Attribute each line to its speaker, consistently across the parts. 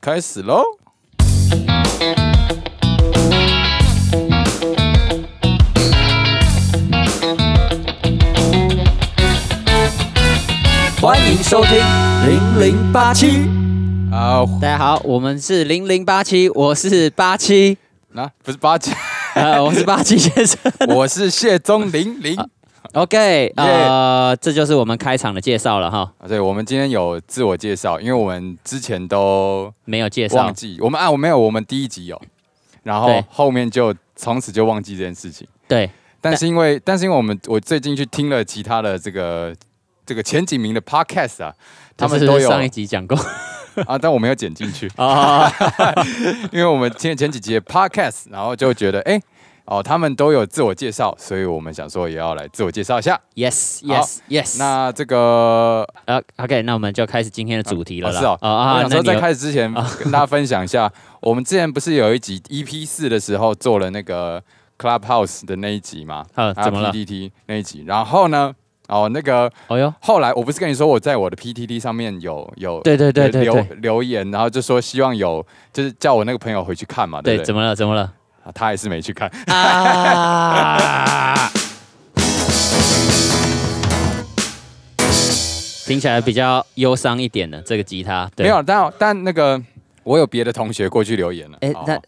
Speaker 1: 开始喽！
Speaker 2: 欢迎收听零零八七。
Speaker 1: 啊，
Speaker 2: 大家好，我们是零零八七，我是八 七，
Speaker 1: 那、不是八戒，
Speaker 2: 呃，我是八七先生。
Speaker 1: 我是谢宗啊林林。
Speaker 2: OK，呃这就是我们开场的介绍了哈，
Speaker 1: 啊对，我们今天有自我介绍，因为我们之前都
Speaker 2: 没有介绍
Speaker 1: 忘，记，我们啊，我没有，我们第一集有，然后
Speaker 2: 对
Speaker 1: 后面就从此就忘记这件事情。
Speaker 2: 对，
Speaker 1: 但是因为，但是因为我们我最近去听了其他的这个这个前几名的 podcast 啊，他们
Speaker 2: 这是
Speaker 1: 都有
Speaker 2: 上一集讲过
Speaker 1: 啊，但我没有剪进去，
Speaker 2: 哦，
Speaker 1: 因为我们前前几集的 podcast，然后就觉得哎、哦，他们都有自我介绍，所以我们想说也要来自我介绍一下。
Speaker 2: yes
Speaker 1: 好
Speaker 2: yes yes，
Speaker 1: 那这个
Speaker 2: 呃 OK，那我们就开始今天的主题了
Speaker 1: 哦
Speaker 2: 啦。
Speaker 1: 是哦，
Speaker 2: 啊
Speaker 1: 我
Speaker 2: 啊，
Speaker 1: 想
Speaker 2: 那
Speaker 1: 说
Speaker 2: 你啊
Speaker 1: 在
Speaker 2: 有
Speaker 1: 开始之前跟大家分享一下，我们之前不是有一集 EP 四的时候做了那个 Clubhouse 的那一集啊嘛，
Speaker 2: 呃怎么了
Speaker 1: PDT 那一集，然后呢，哦那个
Speaker 2: 哦哟，
Speaker 1: 后来我不是跟你说我在我的 PTT 上面有有
Speaker 2: 对对对对
Speaker 1: 留
Speaker 2: 对
Speaker 1: 留言，然后就说希望有就是叫我那个朋友回去看嘛，对
Speaker 2: 对，
Speaker 1: 不对？
Speaker 2: 怎么了怎么了？
Speaker 1: 啊他还是没去看，
Speaker 2: 啊！ 听起来比较忧伤一点的这个吉他，对
Speaker 1: 没有，但但那个我有别的同学过去留言了，
Speaker 2: 哎
Speaker 1: 哦，
Speaker 2: 那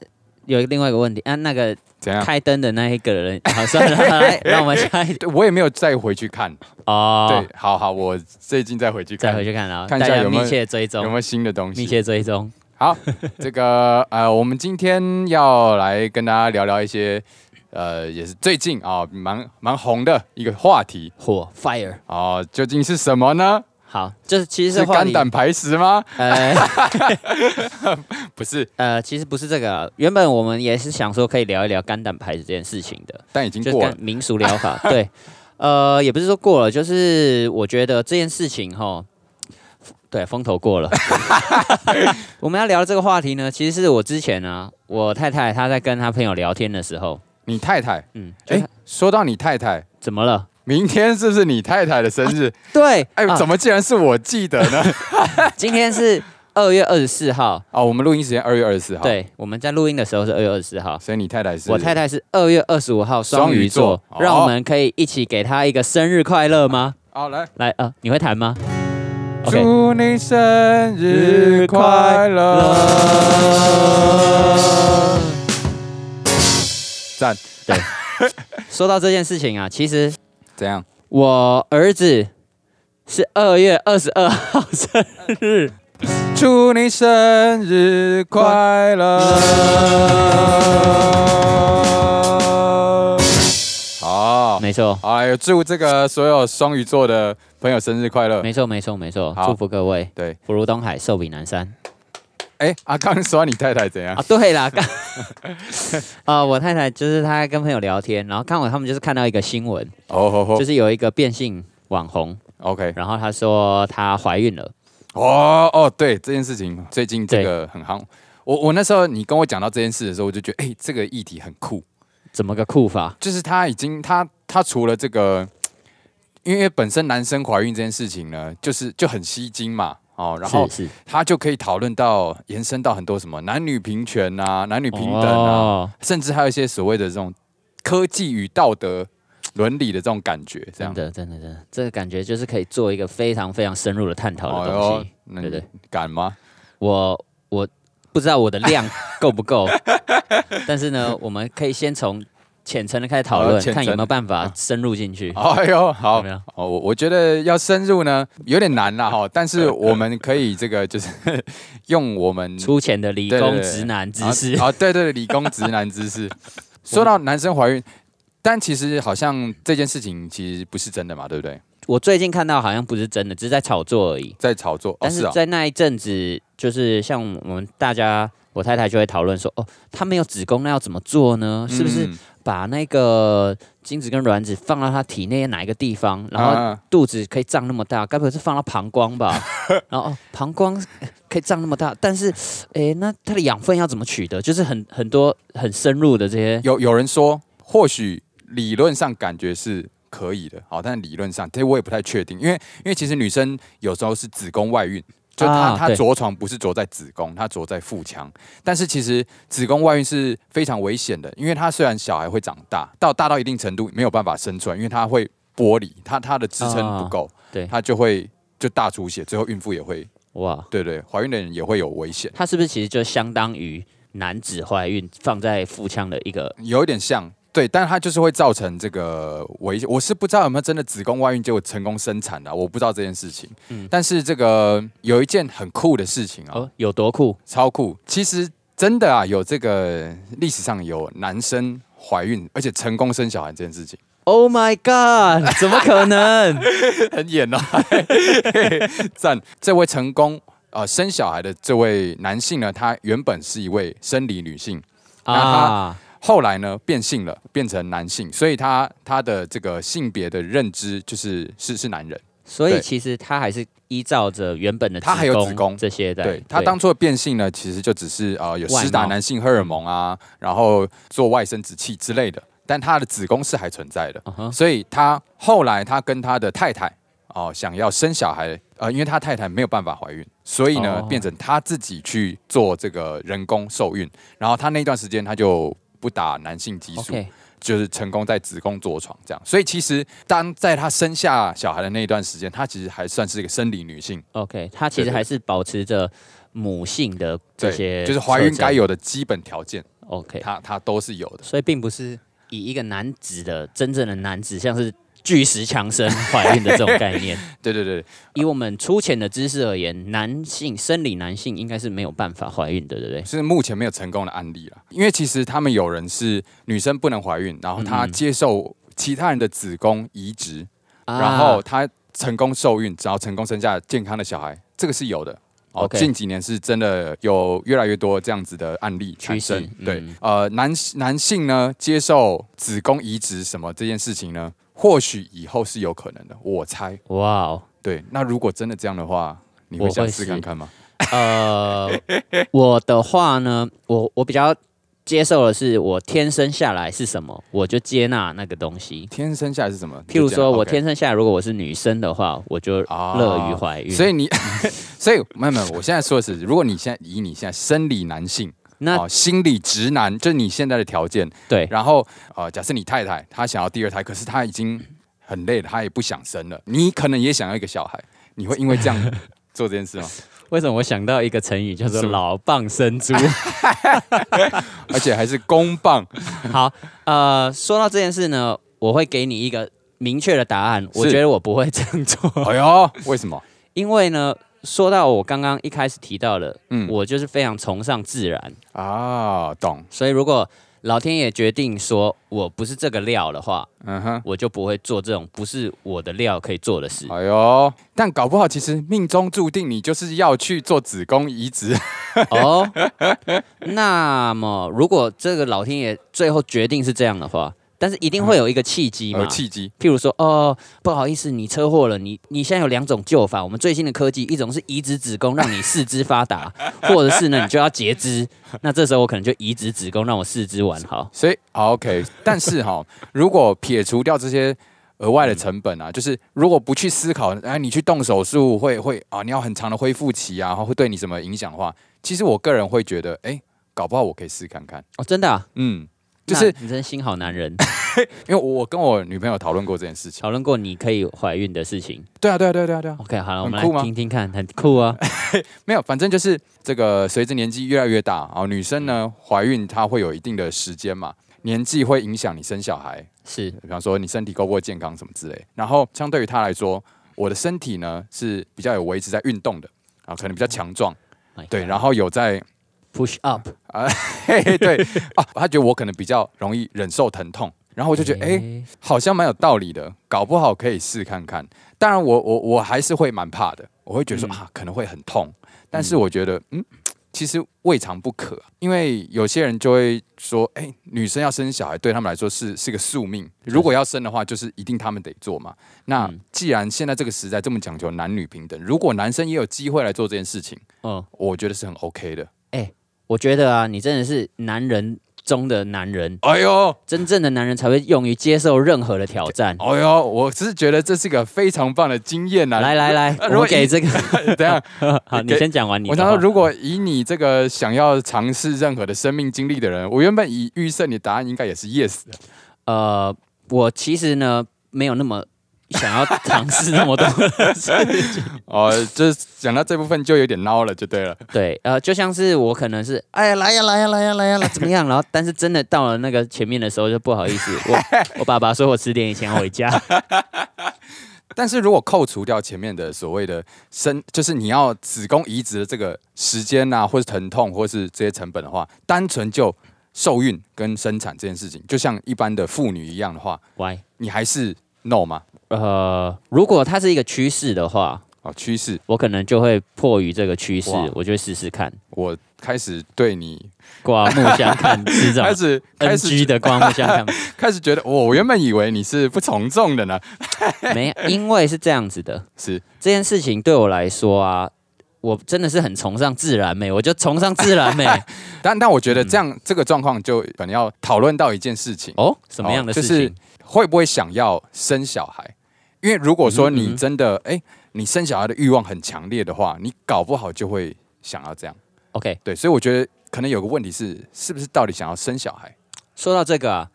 Speaker 2: 有另外一个问题啊，那个
Speaker 1: 怎样？
Speaker 2: 开灯的那一个人，好，算了， 来，那我们下一
Speaker 1: 对我也没有再回去看，
Speaker 2: 哦
Speaker 1: 对，，好好，我最近再回去看，
Speaker 2: 再回去看啊，
Speaker 1: 看一
Speaker 2: 大
Speaker 1: 下
Speaker 2: 家
Speaker 1: 有没有
Speaker 2: 密切追
Speaker 1: 有没
Speaker 2: 踪，
Speaker 1: 有新的东西？
Speaker 2: 密切追踪，
Speaker 1: 好，这个 呃，我们今天要来跟大家聊聊一些呃，也是最近啊、蛮蛮红的一个话题
Speaker 2: 火 fire，
Speaker 1: 啊、究竟是什么呢？
Speaker 2: 好，就是其实
Speaker 1: 是
Speaker 2: 话
Speaker 1: 肝
Speaker 2: 题，
Speaker 1: 胆排石吗？
Speaker 2: 呃
Speaker 1: 不是，
Speaker 2: 呃，其实不是这个啊，原本我们也是想说可以聊一聊肝胆排这件事情的，
Speaker 1: 但已经
Speaker 2: 就
Speaker 1: 过
Speaker 2: 跟
Speaker 1: 了。
Speaker 2: 民俗疗法， 对，呃，也不是说过了，就是我觉得这件事情哈，对，风头过了。 我们要聊的这个话题呢，其实是我之前呢、我太太她在跟她朋友聊天的时候，
Speaker 1: 你太太，
Speaker 2: 嗯，哎、
Speaker 1: 哎、说到你太太，
Speaker 2: 怎么了？
Speaker 1: 明天是不是你太太的生日？
Speaker 2: 对，
Speaker 1: 哎、
Speaker 2: 啊
Speaker 1: 怎么竟然是我记得呢？
Speaker 2: 今天是二月二十四号，
Speaker 1: 哦，我们录音时间二月二十四号，，
Speaker 2: 对，我们在录音的时候是二月二十四号。
Speaker 1: 所以你太太是
Speaker 2: 我太太是二月二十五号
Speaker 1: 双
Speaker 2: 双
Speaker 1: 鱼
Speaker 2: 鱼座
Speaker 1: 座，
Speaker 2: 让
Speaker 1: 哦
Speaker 2: 我们可以一起给她一个生日快乐吗？
Speaker 1: 好、来
Speaker 2: 来，呃，你会弹吗？OK，
Speaker 1: 祝你生日快乐！赞，
Speaker 2: 说到这件事情啊，其实
Speaker 1: 怎样？
Speaker 2: 我儿子是二月二十二号生日，
Speaker 1: 祝你生日快 乐！好，
Speaker 2: 没错，
Speaker 1: 好，也哎祝这个所有双鱼座的朋友生日快乐。
Speaker 2: 没错，没错，没错，
Speaker 1: 好
Speaker 2: 祝福各位，
Speaker 1: 对，
Speaker 2: 福如东海，寿比南山
Speaker 1: 哎，阿刚说你太太怎样
Speaker 2: 啊！？对啦，刚 啊，我太太就是她跟朋友聊天，然后刚好他们就是看到一个新闻，
Speaker 1: 哦吼吼
Speaker 2: 就是有一个变性网红，
Speaker 1: ，OK，
Speaker 2: 然后她说她怀孕了，
Speaker 1: 哦哦，对这件事情，最近这个很夯。我我那时候你跟我讲到这件事的时候，我就觉得，哎，这个议题很酷。
Speaker 2: 怎么个酷法？
Speaker 1: 就是他已经他他除了这个，因为本身男生怀孕这件事情呢，就是就很吸睛嘛，哦，然后
Speaker 2: 是是
Speaker 1: 他就可以讨论到延伸到很多什么男女平权啊、男女平等啊，
Speaker 2: 哦
Speaker 1: 甚至还有一些所谓的这种科技与道德伦理的这种感觉，这
Speaker 2: 真
Speaker 1: 样。
Speaker 2: 的真的真的，这个感觉就是可以做一个非常非常深入的探讨的东西。
Speaker 1: 哦那
Speaker 2: 对
Speaker 1: 你
Speaker 2: 对
Speaker 1: 敢吗？
Speaker 2: 我我不知道我的量够不够，但是呢，我们可以先从浅层的开始讨
Speaker 1: 好
Speaker 2: 论，
Speaker 1: 浅层
Speaker 2: 看有没有办法深入进去。
Speaker 1: 哎呦，好
Speaker 2: 有没有，
Speaker 1: 哦，我我觉得要深入呢有点难啦哈，但 是我们可以这个就是 用我们
Speaker 2: 粗浅的理
Speaker 1: 对对
Speaker 2: 工
Speaker 1: 对
Speaker 2: 直男知
Speaker 1: 啊
Speaker 2: 识，
Speaker 1: 啊，对对，对理工直男知 识。说到男生怀孕，但其实好像这件事情其实不是真的嘛，对不对？
Speaker 2: 我最近看到好像不是真的，只是在炒作而已。
Speaker 1: 在炒作，哦
Speaker 2: 但
Speaker 1: 是
Speaker 2: 是
Speaker 1: 啊，
Speaker 2: 在那一阵子，就是像我们大家，我太太就会讨论说，哦，她没有子宫，那要怎么做呢？是不是
Speaker 1: 嗯
Speaker 2: 把那个精子跟卵子放到她体内的哪一个地方，然后
Speaker 1: 啊
Speaker 2: 肚子可以胀那么大，该不会是放到膀胱 吧？然后、哦膀胱可以胀那么大，但是，诶，那它的养分要怎么取得？就是很很多很深入的这些，
Speaker 1: 有有人说，或许理论上感觉是可以的，好，但理论上，这我也不太确定，因为因为其实女生有时候是子宫外孕，就他、
Speaker 2: 啊
Speaker 1: 他
Speaker 2: 对
Speaker 1: 着床不是着在子宫，他着在腹腔。但是其实子宫外孕是非常危险的，因为他虽然小孩会长大，到大到一定程度没有办法生存，因为他会剥离，他他的支撑
Speaker 2: 啊
Speaker 1: 不够，
Speaker 2: 对，
Speaker 1: 他就会就大出血，最后孕妇也会，
Speaker 2: 哇，
Speaker 1: 对对，怀孕的人也会有危险，
Speaker 2: 它是不是其实就相当于男子怀孕放在腹腔的一个
Speaker 1: 有一点像。对，但它就是会造成这个危险。我是不知道有没有真的子宫外孕就成功生产的啊、我不知道这件事情。
Speaker 2: 嗯
Speaker 1: 但是这个有一件很酷的事情啊、
Speaker 2: 哦有多酷？
Speaker 1: 超酷！其实真的啊，有这个历史上有男生怀孕而且成功生小孩这件事情，
Speaker 2: Oh my god！怎么可 能？
Speaker 1: 很演啊， 赞！这位成功呃生小孩的这位男性呢，他原本是一位生理女性，那他
Speaker 2: 啊，
Speaker 1: 后来呢变性了，变成男性，所以他他的这个性别的认知就是是是男人。
Speaker 2: 所以
Speaker 1: 对
Speaker 2: 其实它还是依照着原本的
Speaker 1: 它还有子宫
Speaker 2: 这些的。
Speaker 1: 对他当做变性呢，其实就只是呃有
Speaker 2: 外
Speaker 1: 施打
Speaker 2: 貌
Speaker 1: 男性荷尔蒙啊，然后做外生殖器之类的，但他的子宫是还存在的。
Speaker 2: 嗯哼
Speaker 1: 所以他后来他跟他的太太哦、想要生小孩，呃，因为他太太没有办法怀孕，所以呢、
Speaker 2: 哦
Speaker 1: 变成他自己去做这个人工受孕，然后他那段时间他就不打男性激素
Speaker 2: OK
Speaker 1: 就是成功在子宫着床这样。所以其实当在他生下小孩的那一段时间，她其实还算是一个生理女性，
Speaker 2: OK，它其
Speaker 1: 对
Speaker 2: 实
Speaker 1: 对
Speaker 2: 还是保持着母性的这
Speaker 1: 对
Speaker 2: 些，
Speaker 1: 就是怀孕该。有的基本条件，
Speaker 2: OK，
Speaker 1: 她她都是有的。
Speaker 2: 所以并不是以一个男子的真正的男子，像是巨石强森怀孕的这种概 念。
Speaker 1: 对对对，
Speaker 2: 以我们粗浅的知识而言，男性生理男性应该是没有办法怀孕的，对不对？
Speaker 1: 是目前没有成功的案例了，因为其实他们有人是女生不能怀孕，然后她
Speaker 2: 嗯嗯
Speaker 1: 接受其他人的子宫移植，然后
Speaker 2: 啊
Speaker 1: 她成功受孕，然后成功生下健康的小孩，这个是有的。哦
Speaker 2: OK
Speaker 1: 近几年是真的有越来越多这样子的案例产生
Speaker 2: 趋势。嗯
Speaker 1: 对，呃，男男性呢接受子宫移植什么这件事情呢，或许以后是有可能的，我猜。
Speaker 2: 哇 哦，
Speaker 1: 对，那如果真的这样的话，你
Speaker 2: 我
Speaker 1: 会
Speaker 2: 会
Speaker 1: 想试
Speaker 2: 试
Speaker 1: 看看吗？
Speaker 2: 呃，我的话呢，我我比较接受的是我天生下来是什么，我就接纳那个东西。
Speaker 1: 天生下来是什么？
Speaker 2: 譬如
Speaker 1: 就这样
Speaker 2: 说，我
Speaker 1: OK
Speaker 2: 天生下来如果我是女生的话，我就
Speaker 1: 啊
Speaker 2: 乐于怀孕。
Speaker 1: 所以你， 所以没有没有，我现在说的是，如果你现在以你现在生理男性，
Speaker 2: 那
Speaker 1: 哦、心理直男，就是你现在的条件，
Speaker 2: 对
Speaker 1: 然后呃，假设你太太她想要第二胎，可是她已经很累了，她也不想生了，你可能也想要一个小孩，你会因为这样做这件事吗？
Speaker 2: 为什么我想到一个成语叫做
Speaker 1: 什
Speaker 2: “
Speaker 1: 么
Speaker 2: 老蚌生珠
Speaker 1: 而且还是公棒，”？
Speaker 2: 好，呃，说到这件事呢，我会给你一个明确的答案。我
Speaker 1: 是
Speaker 2: 觉得我不会这样做，
Speaker 1: 哎呦，为什么？
Speaker 2: 因为呢，说到我刚刚一开始提到的，
Speaker 1: 嗯
Speaker 2: 我就是非常崇尚自然，
Speaker 1: 啊，懂，
Speaker 2: 所以如果老天爷决定说我不是这个料的话，
Speaker 1: 嗯哼。
Speaker 2: 我就不会做这种不是我的料可以做的事。
Speaker 1: 哎呦，但搞不好其实命中注定你就是要去做子宫移植，
Speaker 2: 哦， 那么如果这个老天爷最后决定是这样的话，但是一定会有一个契机嘛
Speaker 1: 有？契机
Speaker 2: 譬如说，哦，不好意思，你车祸了，你你现在有两种救法。我们最新的科技，一种是移植子宫，让你四肢 发达，或者是呢，你就要截肢。那这时候我可能就移植子宫，让我四肢完好。
Speaker 1: 所以好 OK，但是哈、如果撇除掉这些额外的成本啊，就是如果不去思考，哎，你去动手术会会啊，你要很长的恢复期啊，会对你什么影响的话，其实我个人会觉得，哎，搞不好我可以试看看，
Speaker 2: 哦，真的、啊，
Speaker 1: 嗯，就是
Speaker 2: 那你真心好男人。
Speaker 1: 因为我跟我女朋友讨论过这件事情，
Speaker 2: 讨论过你可以怀孕的事情。
Speaker 1: 对啊，对啊，对啊，对啊，对啊，
Speaker 2: OK，好了，我
Speaker 1: 很
Speaker 2: 们
Speaker 1: 酷吗
Speaker 2: 来听听看，很酷 啊。
Speaker 1: 没有，反正就是这个，随着年纪越来越大啊，女生呢怀孕她会有一定的时间嘛，年纪会影响你生小孩，
Speaker 2: 是
Speaker 1: 比方说你身体够不够健康什么之类。然后相对于他来说，我的身体呢是比较有维持在运动的啊，可能比较强壮，
Speaker 2: My
Speaker 1: 对，
Speaker 2: God
Speaker 1: 然后有在，
Speaker 2: 哎 push up，
Speaker 1: 嘿嘿，对啊，他觉得我可能比较容易忍受疼痛，然后我就觉得，哎、
Speaker 2: 诶
Speaker 1: 好像蛮有道理的，搞不好可以试看看。当然我，我我还是会蛮怕的，我会觉得说、
Speaker 2: 嗯
Speaker 1: 啊，可能会很痛，但是我觉得，嗯，其实未尝不可啊，因为有些人就会说，哎、女生要生小孩对他们来说是是个宿命，如果要生的话，就是一定他们得做嘛。那
Speaker 2: 嗯
Speaker 1: 既然现在这个时代这么讲究男女平等，如果男生也有机会来做这件事情，
Speaker 2: 嗯，
Speaker 1: 我觉得是很 OK 的。
Speaker 2: 我觉得啊，你真的是男人中的男人，
Speaker 1: 哎呦，
Speaker 2: 真正的男人才会勇于接受任何的挑战。
Speaker 1: 哎呦，我是觉得这是一个非常棒的经验呐、
Speaker 2: 来来来，
Speaker 1: 呃如果
Speaker 2: 我们给
Speaker 1: 以
Speaker 2: 这个，
Speaker 1: 等一下，
Speaker 2: 好，你先讲完你的
Speaker 1: 我
Speaker 2: 话。
Speaker 1: 想说，如果以你这个想要尝试任何的生命经历的人，我原本以预设你的答案应该也是 yes 的。
Speaker 2: 呃，我其实呢没有那么想要尝试那 么多
Speaker 1: 哦，就是讲到这部分就有点孬了，就对 了。
Speaker 2: 对，呃，就像是我可能是，哎呀，来呀，来呀，来呀，来呀，来怎么样？然后，但是真的到了那个前面的时候，就不好意 思，我我爸爸说我十点以前要回家。
Speaker 1: 但是如果扣除掉前面的所谓的生，就是你要子宫移植的这个时间呐、或是疼痛，或是这些成本的话，单纯就受孕跟生产这件事情，就像一般的妇女一样的话，
Speaker 2: 喂，
Speaker 1: 你还是 no 吗？
Speaker 2: 呃，如果它是一个趋势的话，
Speaker 1: 哦，趋势，
Speaker 2: 我可能就会迫于这个趋势
Speaker 1: 哇，
Speaker 2: 我就会试试看，
Speaker 1: 我开始对你
Speaker 2: 刮目 相看，是这
Speaker 1: 开
Speaker 2: 种
Speaker 1: 始开
Speaker 2: NG
Speaker 1: 始
Speaker 2: 的刮目 相看。
Speaker 1: 开始觉得，哦我我原本以为你是不从众的呢，
Speaker 2: 没，因为是这样子的，
Speaker 1: 是
Speaker 2: 这件事情对我来说啊，我真的是很崇尚自然美，我就崇尚 自然美。
Speaker 1: 但但我觉得这样、这个状况就可能要讨论到一件事情，
Speaker 2: 嗯哦，什么样的
Speaker 1: 哦
Speaker 2: 事
Speaker 1: 就是
Speaker 2: 情？
Speaker 1: 会不会想要生小孩？因为如果说
Speaker 2: 嗯哼嗯
Speaker 1: 你
Speaker 2: 哼
Speaker 1: 真的哎、诶你生小孩的欲望很强烈的话，你搞不好就会想要这样。
Speaker 2: OK，
Speaker 1: 对，所以我觉得可能有个问题是，是不是到底想要生小孩？
Speaker 2: 说到这个啊，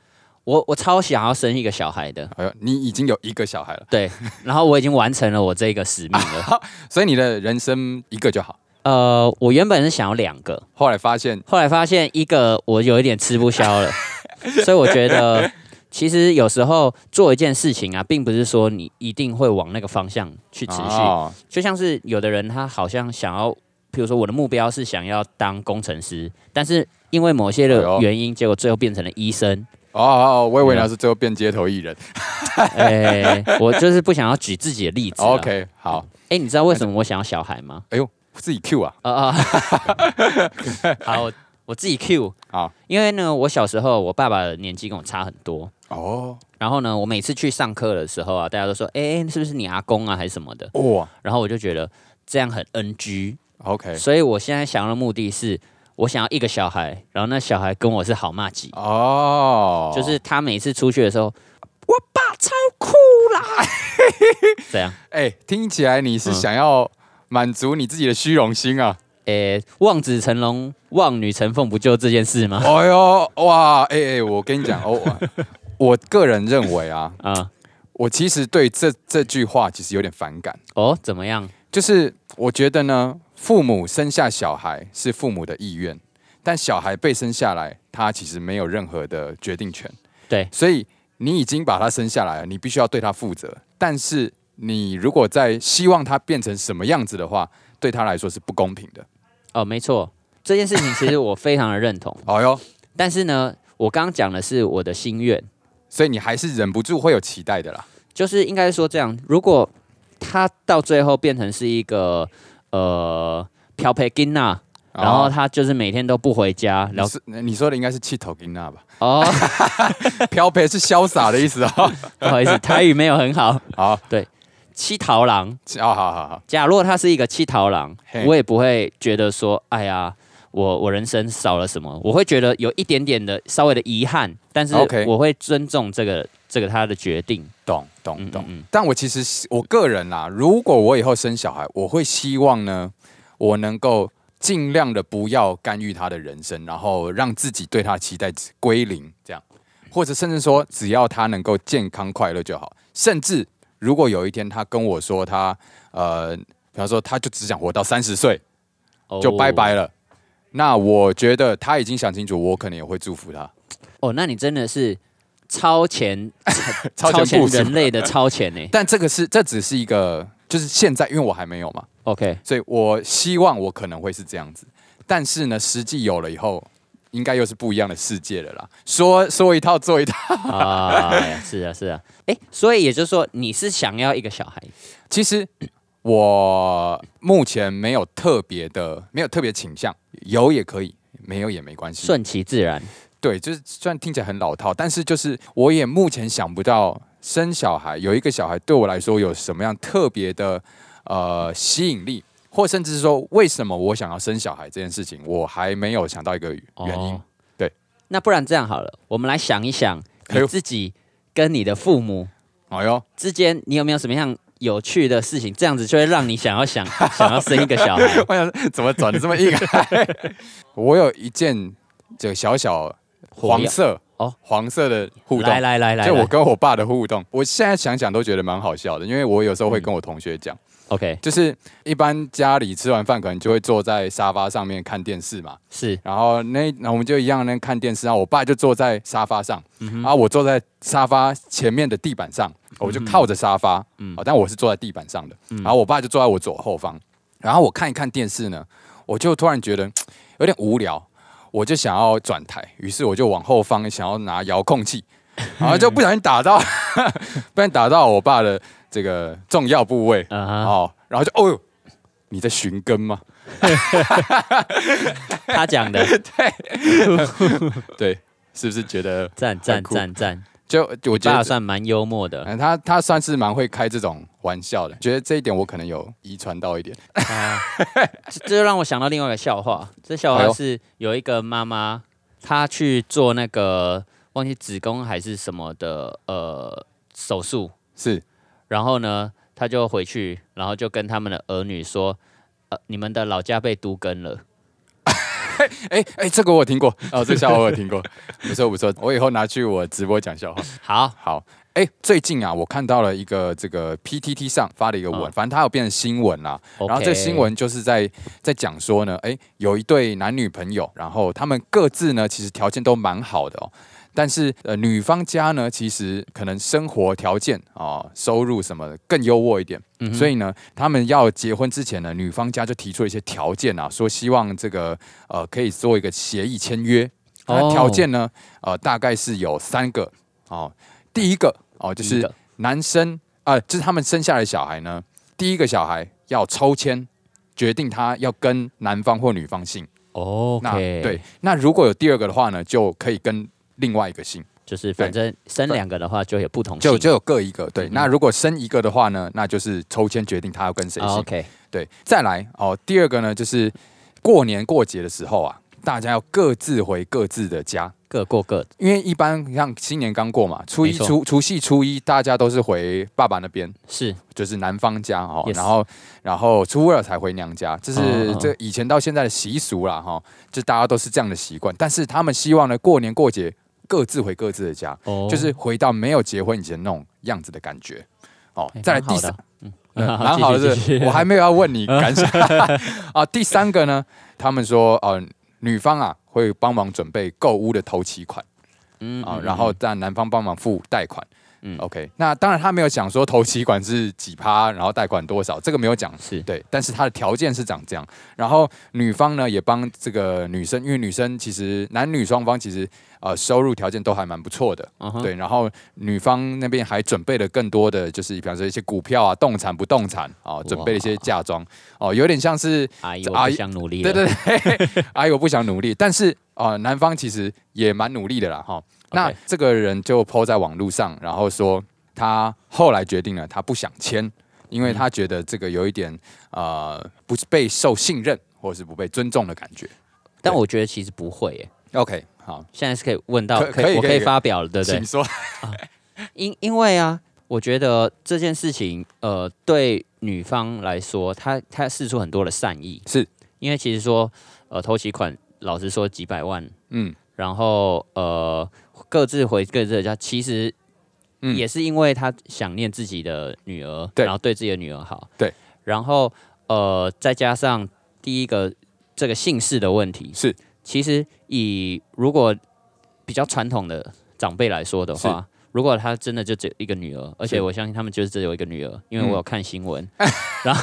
Speaker 2: 我我超想要生一个小孩的，
Speaker 1: 哎呦，你已经有一个小孩了，
Speaker 2: 对，然后我已经完成了我这个使命 了。
Speaker 1: 所以你的人生一个就好。
Speaker 2: 呃，我原本是想要两个，
Speaker 1: 后来发现，
Speaker 2: 后来发现一个我有一点吃不 消了，所以我觉得其实有时候做一件事情啊，并不是说你一定会往那个方向去持续。
Speaker 1: 哦
Speaker 2: 就像是有的人他好像想要，比如说我的目标是想要当工程师，但是因为某些
Speaker 1: 哎
Speaker 2: 的
Speaker 1: 呦
Speaker 2: 原因，结果最后变成了 医生。
Speaker 1: 哦哦，我以
Speaker 2: 嗯
Speaker 1: 为你要是最后变街头艺人。
Speaker 2: 哎、我就是不想要举自己的例子啊。
Speaker 1: OK，好，
Speaker 2: 哎、你知道为什么我想要小孩吗？
Speaker 1: 哎呦，自己 Q 啊，
Speaker 2: 啊啊！ 好，我我自己 Q
Speaker 1: 好，
Speaker 2: 因为呢，我小时候我爸爸的年纪跟我差很多，
Speaker 1: 哦
Speaker 2: 然后呢，我每次去上课的时候啊，大家都说，哎、是不是你阿公啊，还是什么的？
Speaker 1: 哇
Speaker 2: 然后我就觉得这样很 NG，
Speaker 1: ，OK，
Speaker 2: 所以我现在想要的目的是，我想要一个小孩，然后那小孩跟我是好骂几，
Speaker 1: 哦，
Speaker 2: 就是他每次出去的时候，我爸超酷啦，怎样？
Speaker 1: 哎、听起来你是
Speaker 2: 嗯
Speaker 1: 想要满足你自己的虚荣心 啊！
Speaker 2: 诶、望子成龙，望女成凤，不就这件事吗？
Speaker 1: 哎呦，哇，哎、哎、我跟你讲哦， 我我个人认为啊，
Speaker 2: 啊、
Speaker 1: 我其实对这这句话其实有点反感，
Speaker 2: 哦，怎么样？
Speaker 1: 就是我觉得呢，父母生下小孩是父母的意愿，但小孩被生下来，他其实没有任何的决定权，
Speaker 2: 对，
Speaker 1: 所以你已经把他生下来了，你必须要对他负责，但是。你如果在希望他变成什么样子的话，对他来说是不公平的。
Speaker 2: 哦，没错，这件事情其实我非常的认同。
Speaker 1: 哎呦，
Speaker 2: 但是呢，我刚刚讲的是我的心愿，
Speaker 1: 所以你还是忍不住会有期待的啦。
Speaker 2: 就是应该说这样，如果他到最后变成是一个呃漂培金娜，然后他就是每天都不回家，
Speaker 1: 哦你
Speaker 2: 然后
Speaker 1: 是你说的应该是气头金娜吧？
Speaker 2: 哦，
Speaker 1: 漂培是潇洒的意思哦。
Speaker 2: 不好意思，台语没有很好，
Speaker 1: 好，哦，
Speaker 2: 七桃郎。
Speaker 1: 好好好好，
Speaker 2: 假若他是一个七桃郎
Speaker 1: 嘿，
Speaker 2: 我也不会觉得说，哎呀。我我人生少了什么？我会觉得有一点点的稍微的遗憾，但是
Speaker 1: OK
Speaker 2: 我会尊重这个这个他的决定。
Speaker 1: 懂懂
Speaker 2: 嗯
Speaker 1: 懂。
Speaker 2: 嗯
Speaker 1: 但我其实是我个人啦，如果我以后生小孩，我会希望呢，我能够尽量的不要干预他的人生，然后让自己对他的期待值归零，这样，或者甚至说，只要他能够健康快乐就好。甚至如果有一天他跟我说他呃，比方说他就只想活到三十岁，
Speaker 2: 嗯
Speaker 1: 就拜。
Speaker 2: 哦
Speaker 1: 拜了。那我觉得他已经想清楚，我可能也会祝福他。
Speaker 2: 哦，那你真的是超前
Speaker 1: 超前部署
Speaker 2: 人类的超前呢、
Speaker 1: 但这个是这只是一个，就是现在，因为我还没有嘛，
Speaker 2: OK，
Speaker 1: 所以我希望我可能会是这样子。但是呢，实际有了以后，应该又是不一样的世界了啦。说说一套做一套。
Speaker 2: 啊、哎呀是啊，是啊，哎、所以也就是说，你是想要一个小孩，
Speaker 1: 其实我目前没有特别的，没有特别倾向，有也可以，没有也没关系。
Speaker 2: 顺其自然。
Speaker 1: 对，就是虽然听起来很老套，但是就是我也目前想不到生小孩有一个小孩对我来说有什么样特别的呃吸引力，或甚至
Speaker 2: 哦
Speaker 1: 是说为什么我想要生小孩这件事情，我还没有想到一个原因。对，
Speaker 2: 那不然这样好了，我们来想一想
Speaker 1: 哎
Speaker 2: 你
Speaker 1: 呦
Speaker 2: 自己跟你的父母
Speaker 1: 哎呦，
Speaker 2: 之间，你有没有什么样有趣的事情？这样子就会让你想 要想想要生一个小孩。
Speaker 1: 我想说怎么转的这么硬、啊？ 我有一件这个小小黄色
Speaker 2: 哦
Speaker 1: 哦，黄色的互动
Speaker 2: 来，来来来
Speaker 1: 就我
Speaker 2: 来
Speaker 1: 跟我爸的互动，我现在想想都觉得蛮好笑的，因为我有时候会跟我同学讲，
Speaker 2: ，OK，
Speaker 1: 就是一般家里吃完饭可能就会坐在沙发上面看电视嘛，
Speaker 2: 是
Speaker 1: 然后那那我们就一样那看电视，然后我爸就坐在沙发上，
Speaker 2: 嗯
Speaker 1: 然后我坐在沙发前面的地板上，我就靠着沙发，嗯，但我是坐在地板上的，
Speaker 2: 嗯
Speaker 1: 然后我爸就坐在我左后方，然后我看一看电视呢，我就突然觉得有点无聊，我就想要转台，于是我就往后方想要拿遥控 器，然后就不小心打到， 不然打到我爸的这个重要部位，
Speaker 2: 啊哈，
Speaker 1: 哦，然后就哦呦，你在寻根吗？
Speaker 2: 他讲 的，
Speaker 1: 对，是不是觉得
Speaker 2: 赞赞
Speaker 1: 很酷
Speaker 2: 赞赞，
Speaker 1: 就我觉
Speaker 2: 爸
Speaker 1: 得
Speaker 2: 算蛮幽默 的。
Speaker 1: 嗯，他他算是蛮会开这种玩笑的，觉得这一点我可能有遗传到一点。
Speaker 2: 啊，这这就让我想到另外一个笑话。这笑
Speaker 1: 哎
Speaker 2: 话
Speaker 1: 呦
Speaker 2: 是有一个妈妈，她去做那个忘记子宫还是什么的呃手术，
Speaker 1: 是，
Speaker 2: 然后呢，她就回去，然后就跟他们的儿女说，呃，你们的老家被都根了。
Speaker 1: 哎、哎、这个我有听过，哦，这个笑话我有听过，不错不错，我以后拿去我直播讲笑话。
Speaker 2: 好，
Speaker 1: 好，哎、最近啊，我看到了一个这个 PTT 上发的一个文，
Speaker 2: 嗯
Speaker 1: 反正它有变成新闻啦。然后这个
Speaker 2: OK
Speaker 1: 新闻就是在在讲说呢，哎，有一对男女朋友，然后他们各自呢其实条件都蛮好的哦，但是呃女方家呢其实可能生活条件啊、哦收入什么的更优渥一点，所以呢他们要结婚之前呢，女方家就提出了一些条件啊，说希望这个呃可以做一个协议签约，
Speaker 2: 哦
Speaker 1: 那条件呢呃大概是有三个哦，第一个哦就
Speaker 2: 第一
Speaker 1: 是
Speaker 2: 个
Speaker 1: 男生啊、就是他们生下来的小孩呢，第一个小孩要抽签决定他要跟男方或女方姓。那
Speaker 2: OK，
Speaker 1: 对，，那如果有第二个的话呢，就可以跟另外一个姓，
Speaker 2: 就是反正生两个的话就有不同性
Speaker 1: 就就有各一个。对，
Speaker 2: 嗯
Speaker 1: 那如果生一个的话呢，那就是抽签决定他要跟谁
Speaker 2: 啊
Speaker 1: 姓。
Speaker 2: OK，
Speaker 1: 对，再来哦，第二个呢就是过年过节的时候啊，大家要各自回各自的家。
Speaker 2: 各过各的。
Speaker 1: 因为一般像新年刚过嘛，初一、
Speaker 2: 没错
Speaker 1: 初除夕、初一，大家都是回爸爸那边，
Speaker 2: 是
Speaker 1: 就是男方家哦
Speaker 2: Yes
Speaker 1: 然后然后初二才回娘家，这
Speaker 2: 嗯嗯
Speaker 1: 是
Speaker 2: 嗯
Speaker 1: 这以前到现在的习俗啦哈、哦就大家都是这样的习惯，但是他们希望呢过年过节各自回各自的家，
Speaker 2: 哦
Speaker 1: 就是回到没有结婚以前那种样子的感觉。哦
Speaker 2: 哎，
Speaker 1: 再来
Speaker 2: 蛮好
Speaker 1: 第
Speaker 2: 的
Speaker 1: 三，
Speaker 2: 嗯
Speaker 1: 嗯 蛮好
Speaker 2: 继续
Speaker 1: 的
Speaker 2: 继
Speaker 1: 是
Speaker 2: 续
Speaker 1: 不是，我还没有要问你感 想啊。第三个呢，他们说呃女方啊会帮忙准备购物的头期款。
Speaker 2: 嗯
Speaker 1: 啊，
Speaker 2: 嗯
Speaker 1: 然后让男方帮忙付贷款。
Speaker 2: 嗯
Speaker 1: 嗯，OK，那当然他没有讲说头期款是几趴，然后贷款多少，这个没有讲。
Speaker 2: 是
Speaker 1: 对，但是他的条件是长这样，然后女方呢也帮这个女生，因为女生其实男女双方其实呃收入条件都还蛮不错的，
Speaker 2: 嗯哼
Speaker 1: 对，然后女方那边还准备了更多的就是，比方说一些股票啊、动产、不动产啊、准备了一些嫁妆哦、有点像是
Speaker 2: 阿姨，
Speaker 1: 这
Speaker 2: 我不
Speaker 1: 阿姨
Speaker 2: 想努力了。
Speaker 1: 对对对， 阿姨我不想努力，但是啊、呃男方其实也蛮努力的啦哈。那
Speaker 2: OK
Speaker 1: 这个人就 PO 在网络上，然后说他后来决定了，他不想签，因为他觉得这个有一点呃不是被受信任或是不被尊重的感觉。
Speaker 2: 但
Speaker 1: 对
Speaker 2: 我觉得其实不会耶。
Speaker 1: OK，好，
Speaker 2: 现在是可以问到，
Speaker 1: 可
Speaker 2: 可
Speaker 1: 可
Speaker 2: 以
Speaker 1: 以
Speaker 2: 我可
Speaker 1: 可
Speaker 2: 以
Speaker 1: 以
Speaker 2: 发表了，对不对
Speaker 1: 请？说。
Speaker 2: 因因为啊，我觉得这件事情，呃，对女方来说，她她试出很多的善意，
Speaker 1: 是
Speaker 2: 因为其实说，呃，投期款，老实说几百万，
Speaker 1: 嗯，
Speaker 2: 然后呃，各自回各自的家，其实
Speaker 1: 嗯
Speaker 2: 也是因为她想念自己的女儿，
Speaker 1: 对
Speaker 2: 然后对自己的女儿好，
Speaker 1: 对，
Speaker 2: 然后呃，再加上第一个这个姓氏的问题，
Speaker 1: 是
Speaker 2: 其实以如果比较传统的长辈来说的话，如果他真的就只有一个女儿，而且
Speaker 1: 是
Speaker 2: 我相信他们就是只有一个女儿，因
Speaker 1: 嗯
Speaker 2: 为我有看新闻， 然后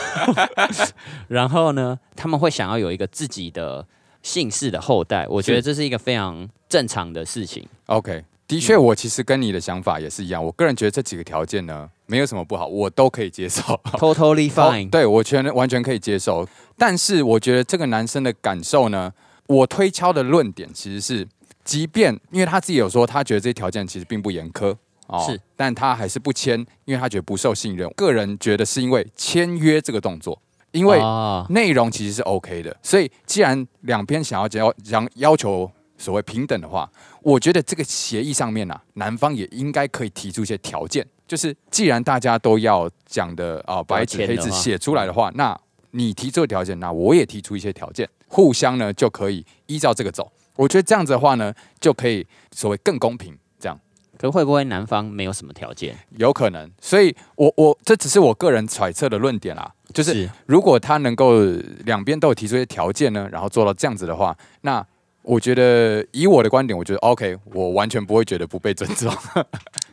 Speaker 2: 然后呢，他们会想要有一个自己的姓氏的后代，我觉得
Speaker 1: 是
Speaker 2: 这是一个非常正常的事情。
Speaker 1: OK。的确，我其实跟你的想法也是一样。我个人觉得这几个条件呢，没有什么不好，我都可以接受。
Speaker 2: Totally
Speaker 1: 哦
Speaker 2: fine，
Speaker 1: 对我全完全可以接受。但是我觉得这个男生的感受呢，我推敲的论点其实是，即便因为他自己有说，他觉得这些条件其实并不严苛。哦
Speaker 2: 是，
Speaker 1: 但他还是不签，因为他觉得不受信任。个人觉得是因为签约这个动作，因为
Speaker 2: 啊
Speaker 1: 内容其实是 OK 的，所以既然两边想要要想要求所谓平等的话，我觉得这个协议上面呢、啊，男方也应该可以提出一些条件，就是既然大家都要讲的啊、白纸
Speaker 2: 签
Speaker 1: 黑
Speaker 2: 的
Speaker 1: 字
Speaker 2: 话
Speaker 1: 写出来的话，那你提出的条件，那我也提出一些条件，互相呢就可以依照这个走。我觉得这样子的话呢，就可以所谓更公平，这样。
Speaker 2: 可会不会男方没有什么条件？
Speaker 1: 有可能，所以我我这只是我个人揣测的论点啦，就是如果他能够呃两边都有提出一些条件呢，然后做到这样子的话，那我觉得以我的观点，我觉得 OK，我完全不会觉得不被尊 重。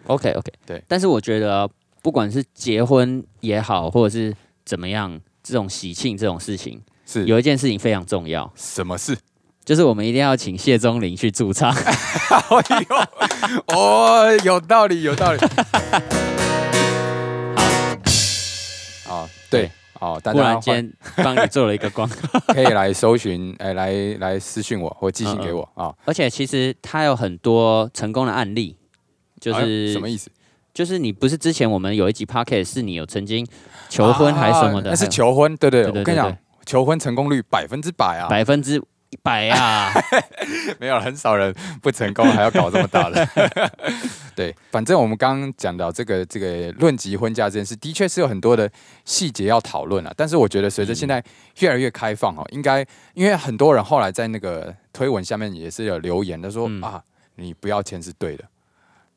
Speaker 2: OK OK，
Speaker 1: 对
Speaker 2: 但是我觉得，不管是结婚也好，或者是怎么样，这种喜庆这种事情，
Speaker 1: 是
Speaker 2: 有一件事情非常重要，
Speaker 1: 什么事？
Speaker 2: 就是我们一定要请谢宗林去驻唱。
Speaker 1: 哎呦，哦，有道理，有 道理。好，哦，对
Speaker 2: 对，
Speaker 1: 哦， 大
Speaker 2: 忽
Speaker 1: 家
Speaker 2: 然
Speaker 1: 欢
Speaker 2: 间帮你做了一个 广告，
Speaker 1: 可以来搜寻， 哎，来来私信我或寄信给我啊。哦
Speaker 2: 而且其实他有很多成功的案例，就
Speaker 1: 哎
Speaker 2: 是、
Speaker 1: 呦什么意思？
Speaker 2: 就是你不是之前我们有一集 p o c k e t 是你有曾经求婚还是什么的，
Speaker 1: 啊那是
Speaker 2: 还有
Speaker 1: 求婚，对对
Speaker 2: 对对
Speaker 1: 我跟你
Speaker 2: 对
Speaker 1: 讲
Speaker 2: 对，
Speaker 1: 求婚成功率百分之百啊，
Speaker 2: 百分之一 百啊，
Speaker 1: 没有很少人 不成功还要搞这么大的。 对，反正我们刚刚讲到这个这个论及婚嫁这件事，的确是有很多的细节要讨论啊。但是我觉得随着现在越来越开放哦，应该因为很多人后来在那个推文下面也是有留言，他说、
Speaker 2: 嗯
Speaker 1: 啊，你不要签是对的，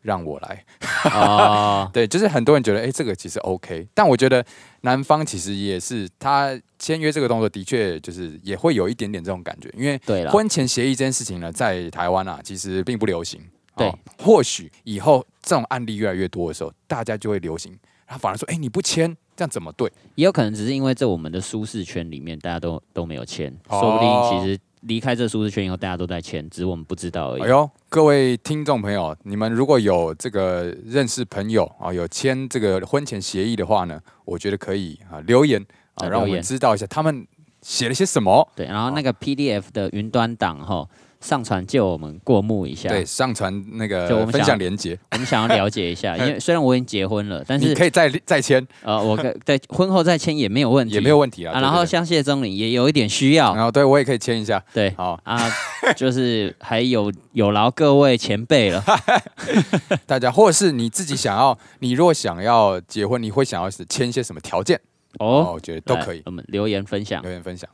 Speaker 1: 让我来。
Speaker 2: 哦，
Speaker 1: 对，就是很多人觉得，哎、这个其实 OK，但我觉得男方其实也是他签约这个动作，的确就是也会有一点点这种感觉，因为
Speaker 2: 对了，
Speaker 1: 婚前协议这件事情呢，在台湾啊，其实并不流行。哦
Speaker 2: 对
Speaker 1: 或许以后这种案例越来越多的时候，大家就会流行，然后反而说，哎、你不签，这样怎么对？
Speaker 2: 也有可能只是因为在我们的舒适圈里面，大家都都没有签，
Speaker 1: 哦
Speaker 2: 说不定其实离开这舒适圈以后，大家都在签，只是我们不知道而已。
Speaker 1: 哎呦，各位听众朋友，你们如果有这个认识朋友啊，有签这个婚前协议的话呢，我觉得可以啊留言啊，
Speaker 2: 啊
Speaker 1: 让我
Speaker 2: 留
Speaker 1: 们
Speaker 2: 言
Speaker 1: 知道一下他们写了些什么。
Speaker 2: 对，然后那
Speaker 1: 哦
Speaker 2: 个 PDF 的云端档哈，上传借我们过目一下，
Speaker 1: 对，上传那
Speaker 2: 啊就我
Speaker 1: 个
Speaker 2: 们
Speaker 1: 分
Speaker 2: 想
Speaker 1: 享链接，
Speaker 2: 我们想要了解 一下，因为虽然我已经结婚了，但
Speaker 1: 你
Speaker 2: 是
Speaker 1: 可以再再签
Speaker 2: 呃，我跟对婚后再签也没有问题，
Speaker 1: 也没有问题啊。
Speaker 2: 啊。然后像谢宗林也有一点需要，
Speaker 1: 然后对我也可以签一下，
Speaker 2: 对
Speaker 1: 好，
Speaker 2: 啊，就是还有有劳各位前辈了。
Speaker 1: 大家或者是你自己想要，你若想要结婚，你会想要是签一些什么条件？ 哦，
Speaker 2: 哦，哎
Speaker 1: 我觉得都
Speaker 2: 来
Speaker 1: 可以
Speaker 2: 我们留言分享
Speaker 1: 留。言分享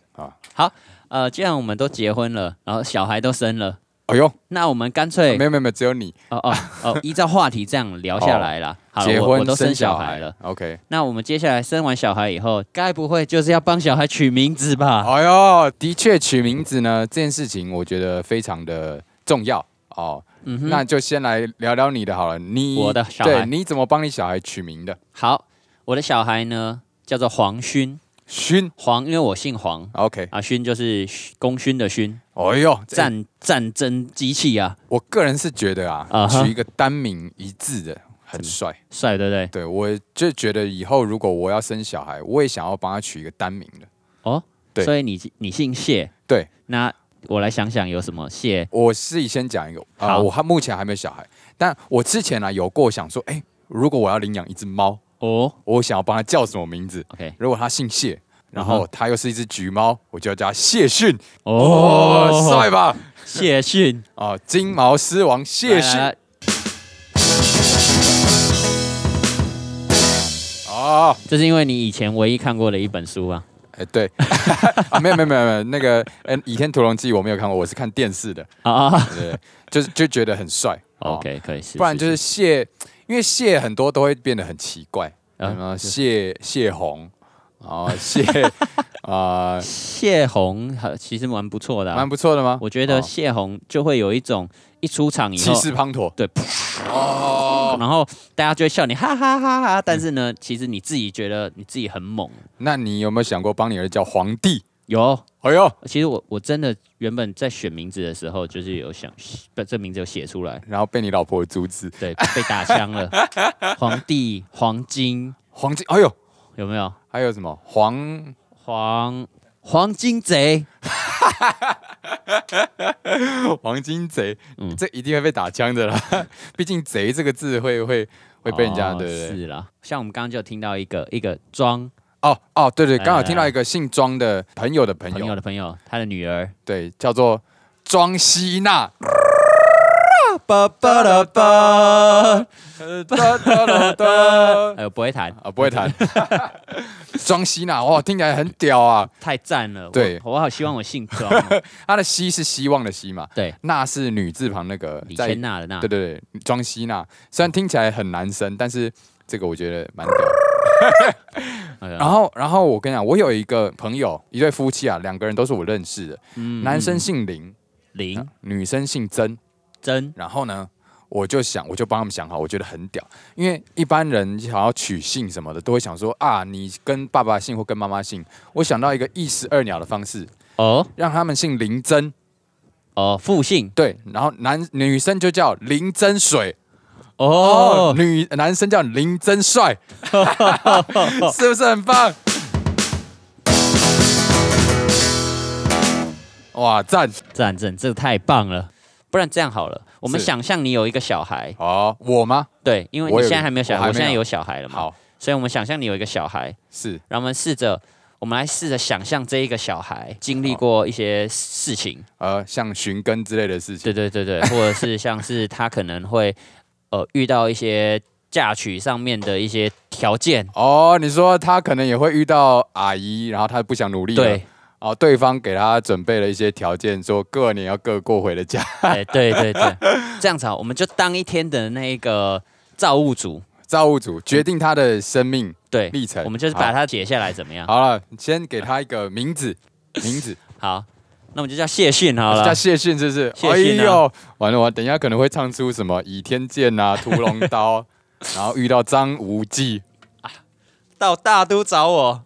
Speaker 1: 啊。
Speaker 2: 呃，既然我们都结婚了，然后小孩都生了，
Speaker 1: 哎呦，
Speaker 2: 那我们干脆
Speaker 1: 啊没有没有没有，只有你
Speaker 2: 哦哦 哦，依照话题这样聊下来啦。好
Speaker 1: 哦结
Speaker 2: 了，我我
Speaker 1: 婚
Speaker 2: 都生
Speaker 1: 小
Speaker 2: 小孩了。
Speaker 1: ，OK。
Speaker 2: 那我们接下来生完小孩以后，该不会就是要帮小孩取名字吧？
Speaker 1: 哎呦，的确取名字呢这件事情，我觉得非常的重要哦。
Speaker 2: 嗯哼，
Speaker 1: 那就先来聊聊你的好了，你
Speaker 2: 我的小
Speaker 1: 对
Speaker 2: 孩
Speaker 1: 你怎么帮你小孩取名的？
Speaker 2: 好，我的小孩呢叫做黄勋，
Speaker 1: 勋
Speaker 2: 黄因为我姓黄
Speaker 1: ，OK。
Speaker 2: 啊，勋就是勋功勋的勋，
Speaker 1: 哎呦，这
Speaker 2: 战战争机器啊，
Speaker 1: 我个人是觉得啊
Speaker 2: 啊哈
Speaker 1: 取一个单名一致的很帅。
Speaker 2: 帅对不对？
Speaker 1: 对我就觉得以后如果我要生小孩，我也想要帮他取一个单名的。
Speaker 2: 哦，
Speaker 1: 对
Speaker 2: 所以你你姓谢，
Speaker 1: 对，
Speaker 2: 那我来想想有什么谢
Speaker 1: 我自己先讲一个啊、
Speaker 2: 好
Speaker 1: 我还目前还没有小孩，但我之前呢、有过想说，哎、如果我要领养一只猫，
Speaker 2: 哦
Speaker 1: 我想要帮它叫什么名字？
Speaker 2: ，OK，
Speaker 1: 如果它姓谢，然
Speaker 2: 嗯
Speaker 1: 后
Speaker 2: 哼
Speaker 1: 它又是一只橘猫，我就要叫它谢逊。哦，
Speaker 2: 哦，
Speaker 1: 帅吧？
Speaker 2: 谢逊，
Speaker 1: 啊、金毛狮王谢逊
Speaker 2: 来来来
Speaker 1: 哦，
Speaker 2: 这是因为你以前唯一看过的一本书啊。
Speaker 1: 哎、对， 啊，没有没有没有没有，那个，嗯，《倚天屠龙记》我没有看过，我是看电视的，
Speaker 2: 啊、啊
Speaker 1: 对，就是就觉得很帅。哦
Speaker 2: OK，可以是，
Speaker 1: 不然就是
Speaker 2: 是
Speaker 1: 谢，因为谢很多都会变得很奇怪，
Speaker 2: 啊
Speaker 1: 什么谢谢红，然后 谢啊，
Speaker 2: 谢红，呃其实蛮不错的、啊
Speaker 1: 蛮。不错的吗？
Speaker 2: 我觉得
Speaker 1: 哦
Speaker 2: 谢红就会有一种一出场以
Speaker 1: 气
Speaker 2: 后，
Speaker 1: 势滂沱，
Speaker 2: 对
Speaker 1: 哦，
Speaker 2: 然后大家就会笑你哈哈哈哈，但是呢，其实你自己觉得你自己很猛。
Speaker 1: 那你有没有想过帮你儿子叫皇帝？
Speaker 2: 有，
Speaker 1: 哎呦，
Speaker 2: 其实我我真的原本在选名字的时候，就是有想把这名字有写出来，
Speaker 1: 然后被你老婆阻止，
Speaker 2: 对，被打枪了。皇帝、黄金
Speaker 1: 黄金，哎呦，
Speaker 2: 有没有？
Speaker 1: 还有什么黄
Speaker 2: 黄黄金贼，
Speaker 1: 黄金贼？
Speaker 2: 嗯
Speaker 1: 这一定会被打枪的啦， 毕竟贼这个字会会会被人家，
Speaker 2: 哦
Speaker 1: 对不对？
Speaker 2: 是啦。像我们刚刚就听到一个一个庄
Speaker 1: 哦哦，对对，
Speaker 2: 来
Speaker 1: 刚好
Speaker 2: 来
Speaker 1: 听到
Speaker 2: 来
Speaker 1: 一个姓庄的朋友的朋
Speaker 2: 哎朋
Speaker 1: 友
Speaker 2: 友的，朋友，他的女儿
Speaker 1: 对，叫做
Speaker 3: 庄希娜。
Speaker 2: 巴巴啦巴，哎呦，不会弹，
Speaker 3: 啊，不会弹。庄希娜，哇，听起来很屌啊！
Speaker 2: 太赞了。我
Speaker 3: 对
Speaker 2: 我好希望我姓庄哦。
Speaker 3: 她的希是希望的希嘛，
Speaker 2: 对，
Speaker 3: 娜是女字旁那个
Speaker 2: 李
Speaker 3: 在
Speaker 2: 千娜的娜
Speaker 3: 对，对对，庄希娜，虽然听起来很男生，但是这个我觉得蛮屌。然
Speaker 1: 啊
Speaker 2: 然
Speaker 3: 后，然后我跟你讲，我有一个朋友，一对夫妻啊，两个人都是我认识的，男生姓林，啊
Speaker 2: 林
Speaker 3: 女生姓曾。
Speaker 2: 真
Speaker 3: 然后呢，我就想，我就帮他们想好，我觉得很屌，因为一般人想要取姓什么的，都会想说啊，你跟爸爸姓或跟妈妈姓。我想到一个一石二鸟的方式，
Speaker 2: 哦
Speaker 3: 让他们姓林真，
Speaker 2: 哦复姓
Speaker 3: 对，然后男女生就叫林真水，哦
Speaker 2: 哦，
Speaker 3: 女男生叫林真帅，是不是很棒？哇，赞！
Speaker 2: 赞赞，这个太棒了。不然这样好了，我们
Speaker 3: 是
Speaker 2: 想象你有一个小孩，
Speaker 3: 哦，我吗？
Speaker 2: 对，因为
Speaker 3: 我
Speaker 2: 你
Speaker 3: 有
Speaker 2: 现在还没有小
Speaker 3: 我
Speaker 2: 孩，
Speaker 3: 还
Speaker 2: 我现在
Speaker 3: 没有
Speaker 2: 有小孩了嘛，
Speaker 3: 好，
Speaker 2: 所以我们想象你有一个小孩，
Speaker 3: 是
Speaker 2: 然后我们试着，我们来试着想象这一个小孩经历过一些事情，
Speaker 3: 呃，像寻根之类的事情。
Speaker 2: 对对对对，或者是像是他可能会呃遇到一些嫁娶上面的一些条件，
Speaker 3: 哦，你说他可能也会遇到阿姨，然后他不想努力了，
Speaker 2: 对，
Speaker 3: 哦，对方给他准备了一些条件，说过年要各过回的家，
Speaker 2: 哎对对对，这样子啊好，我们就当一天的那个造物主，
Speaker 3: 造物主决定他的生命
Speaker 2: 对，
Speaker 3: 历程。
Speaker 2: 我们就是把它解下来怎么样？
Speaker 3: 好了，先给他一个名字，名 字
Speaker 2: 好，那我们就叫谢逊好了
Speaker 3: 叫。谢逊，是不是？
Speaker 2: 谢逊啊
Speaker 3: 哎呦，完了，我等一下可能会唱出什么《倚天剑》啊，《屠龙刀》， 然后遇到张无忌，
Speaker 2: 到大都找我。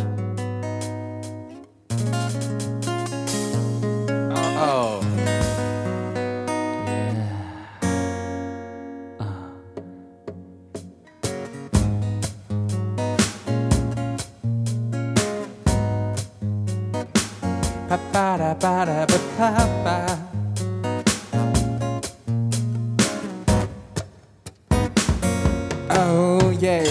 Speaker 1: Oh
Speaker 3: 哦，
Speaker 1: Pa pa da pa da pa pa pa. 哦耶！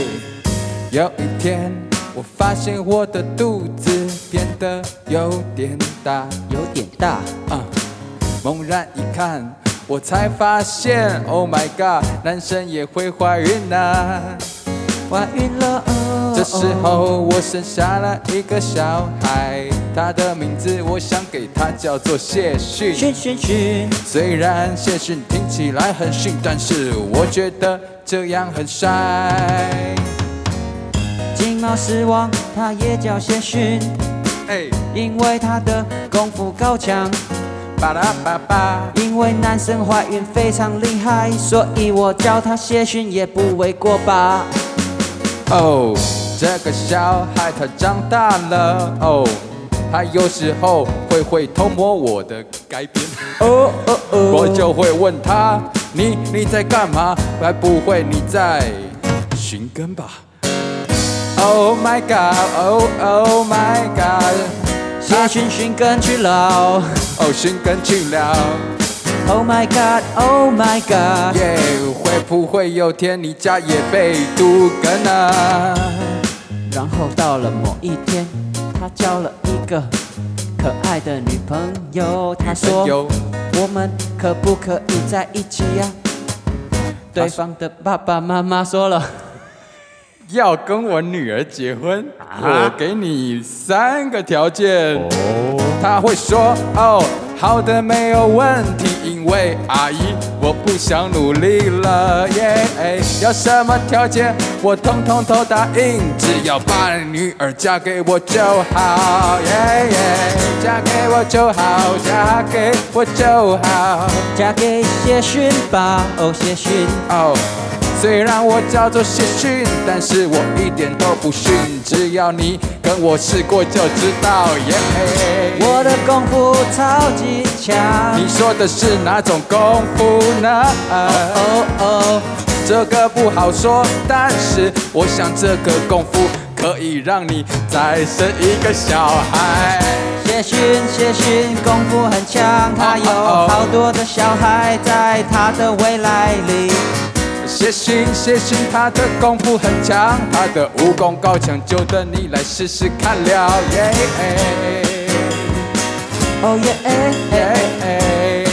Speaker 1: 有一天，我发现我的肚子变得有点大，
Speaker 2: 有点大，
Speaker 1: 啊猛然一看，我才发现，Oh my god，男生也会怀孕啊！
Speaker 2: 怀孕了哦
Speaker 1: 这时候我生下了一个小孩，他的名字我想给他叫做谢逊。
Speaker 2: 炫炫，
Speaker 1: 虽然谢逊听起来很逊，但是我觉得这样很帅。
Speaker 2: 金毛狮王他也叫谢逊，
Speaker 1: 哎，
Speaker 2: 因为他的功夫高强，
Speaker 1: 巴拉巴巴，
Speaker 2: 因为男生怀孕非常厉害，所以我叫他谢逊也不为过吧。
Speaker 1: 哦，这个小孩他长大了，哦，他有时候会会偷摸我的改变，
Speaker 2: 哦哦哦，
Speaker 1: 我就会问他，你你在干嘛？该不会你在寻根吧？Oh my god，Oh oh my god，
Speaker 2: 谢逊寻根去老。
Speaker 1: 哦，寻根去了。
Speaker 2: Oh my god, Oh my god，
Speaker 1: 耶会不会有天你家也被毒根啊？
Speaker 2: 然后到了某一天，他交了一个可爱的女朋友。他说
Speaker 1: 朋：“友，
Speaker 2: 我们可不可以在一起呀、对方的爸爸妈妈说了，
Speaker 1: 要跟我女儿结婚，我给你三个条件。他会说哦，好的，没有问题，因为阿姨我不想努力了耶。哎要什么条件我通通都答应，只要把女儿嫁给我就好耶耶，嫁给我就好，嫁给我就好。
Speaker 2: 嫁给谢逊吧，哦谢逊，
Speaker 1: 哦，虽然我叫做谢逊，但是我一点都不逊，只要你跟我试过就知道耶。
Speaker 2: 我的功夫超级强。
Speaker 1: 你说的是哪种功夫呢？
Speaker 2: 哦哦，
Speaker 1: 这个不好说，但是我想这个功夫可以让你再生一个小孩。
Speaker 2: 谢逊谢逊功夫很强，他有
Speaker 1: 哦哦哦
Speaker 2: 好多的小孩在他的未来里。
Speaker 1: 谢逊，谢逊，他的功夫很强，他的武功高强，就等你来试试看了耶。
Speaker 2: 哦耶哎哎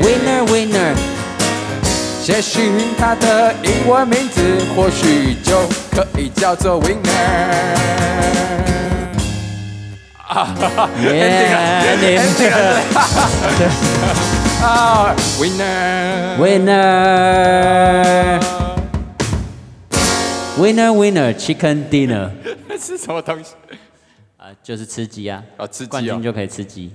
Speaker 2: ，Winner Winner，
Speaker 1: 写寻他的英文名字，或许就可以叫做 winner。
Speaker 2: 耶
Speaker 1: 啊，winner，
Speaker 2: ，Winner Winner Winner Chicken Dinner，
Speaker 1: 是什么东西？
Speaker 2: 啊，就是吃鸡啊，
Speaker 1: 啊吃鸡哦
Speaker 2: 冠军就可以吃鸡，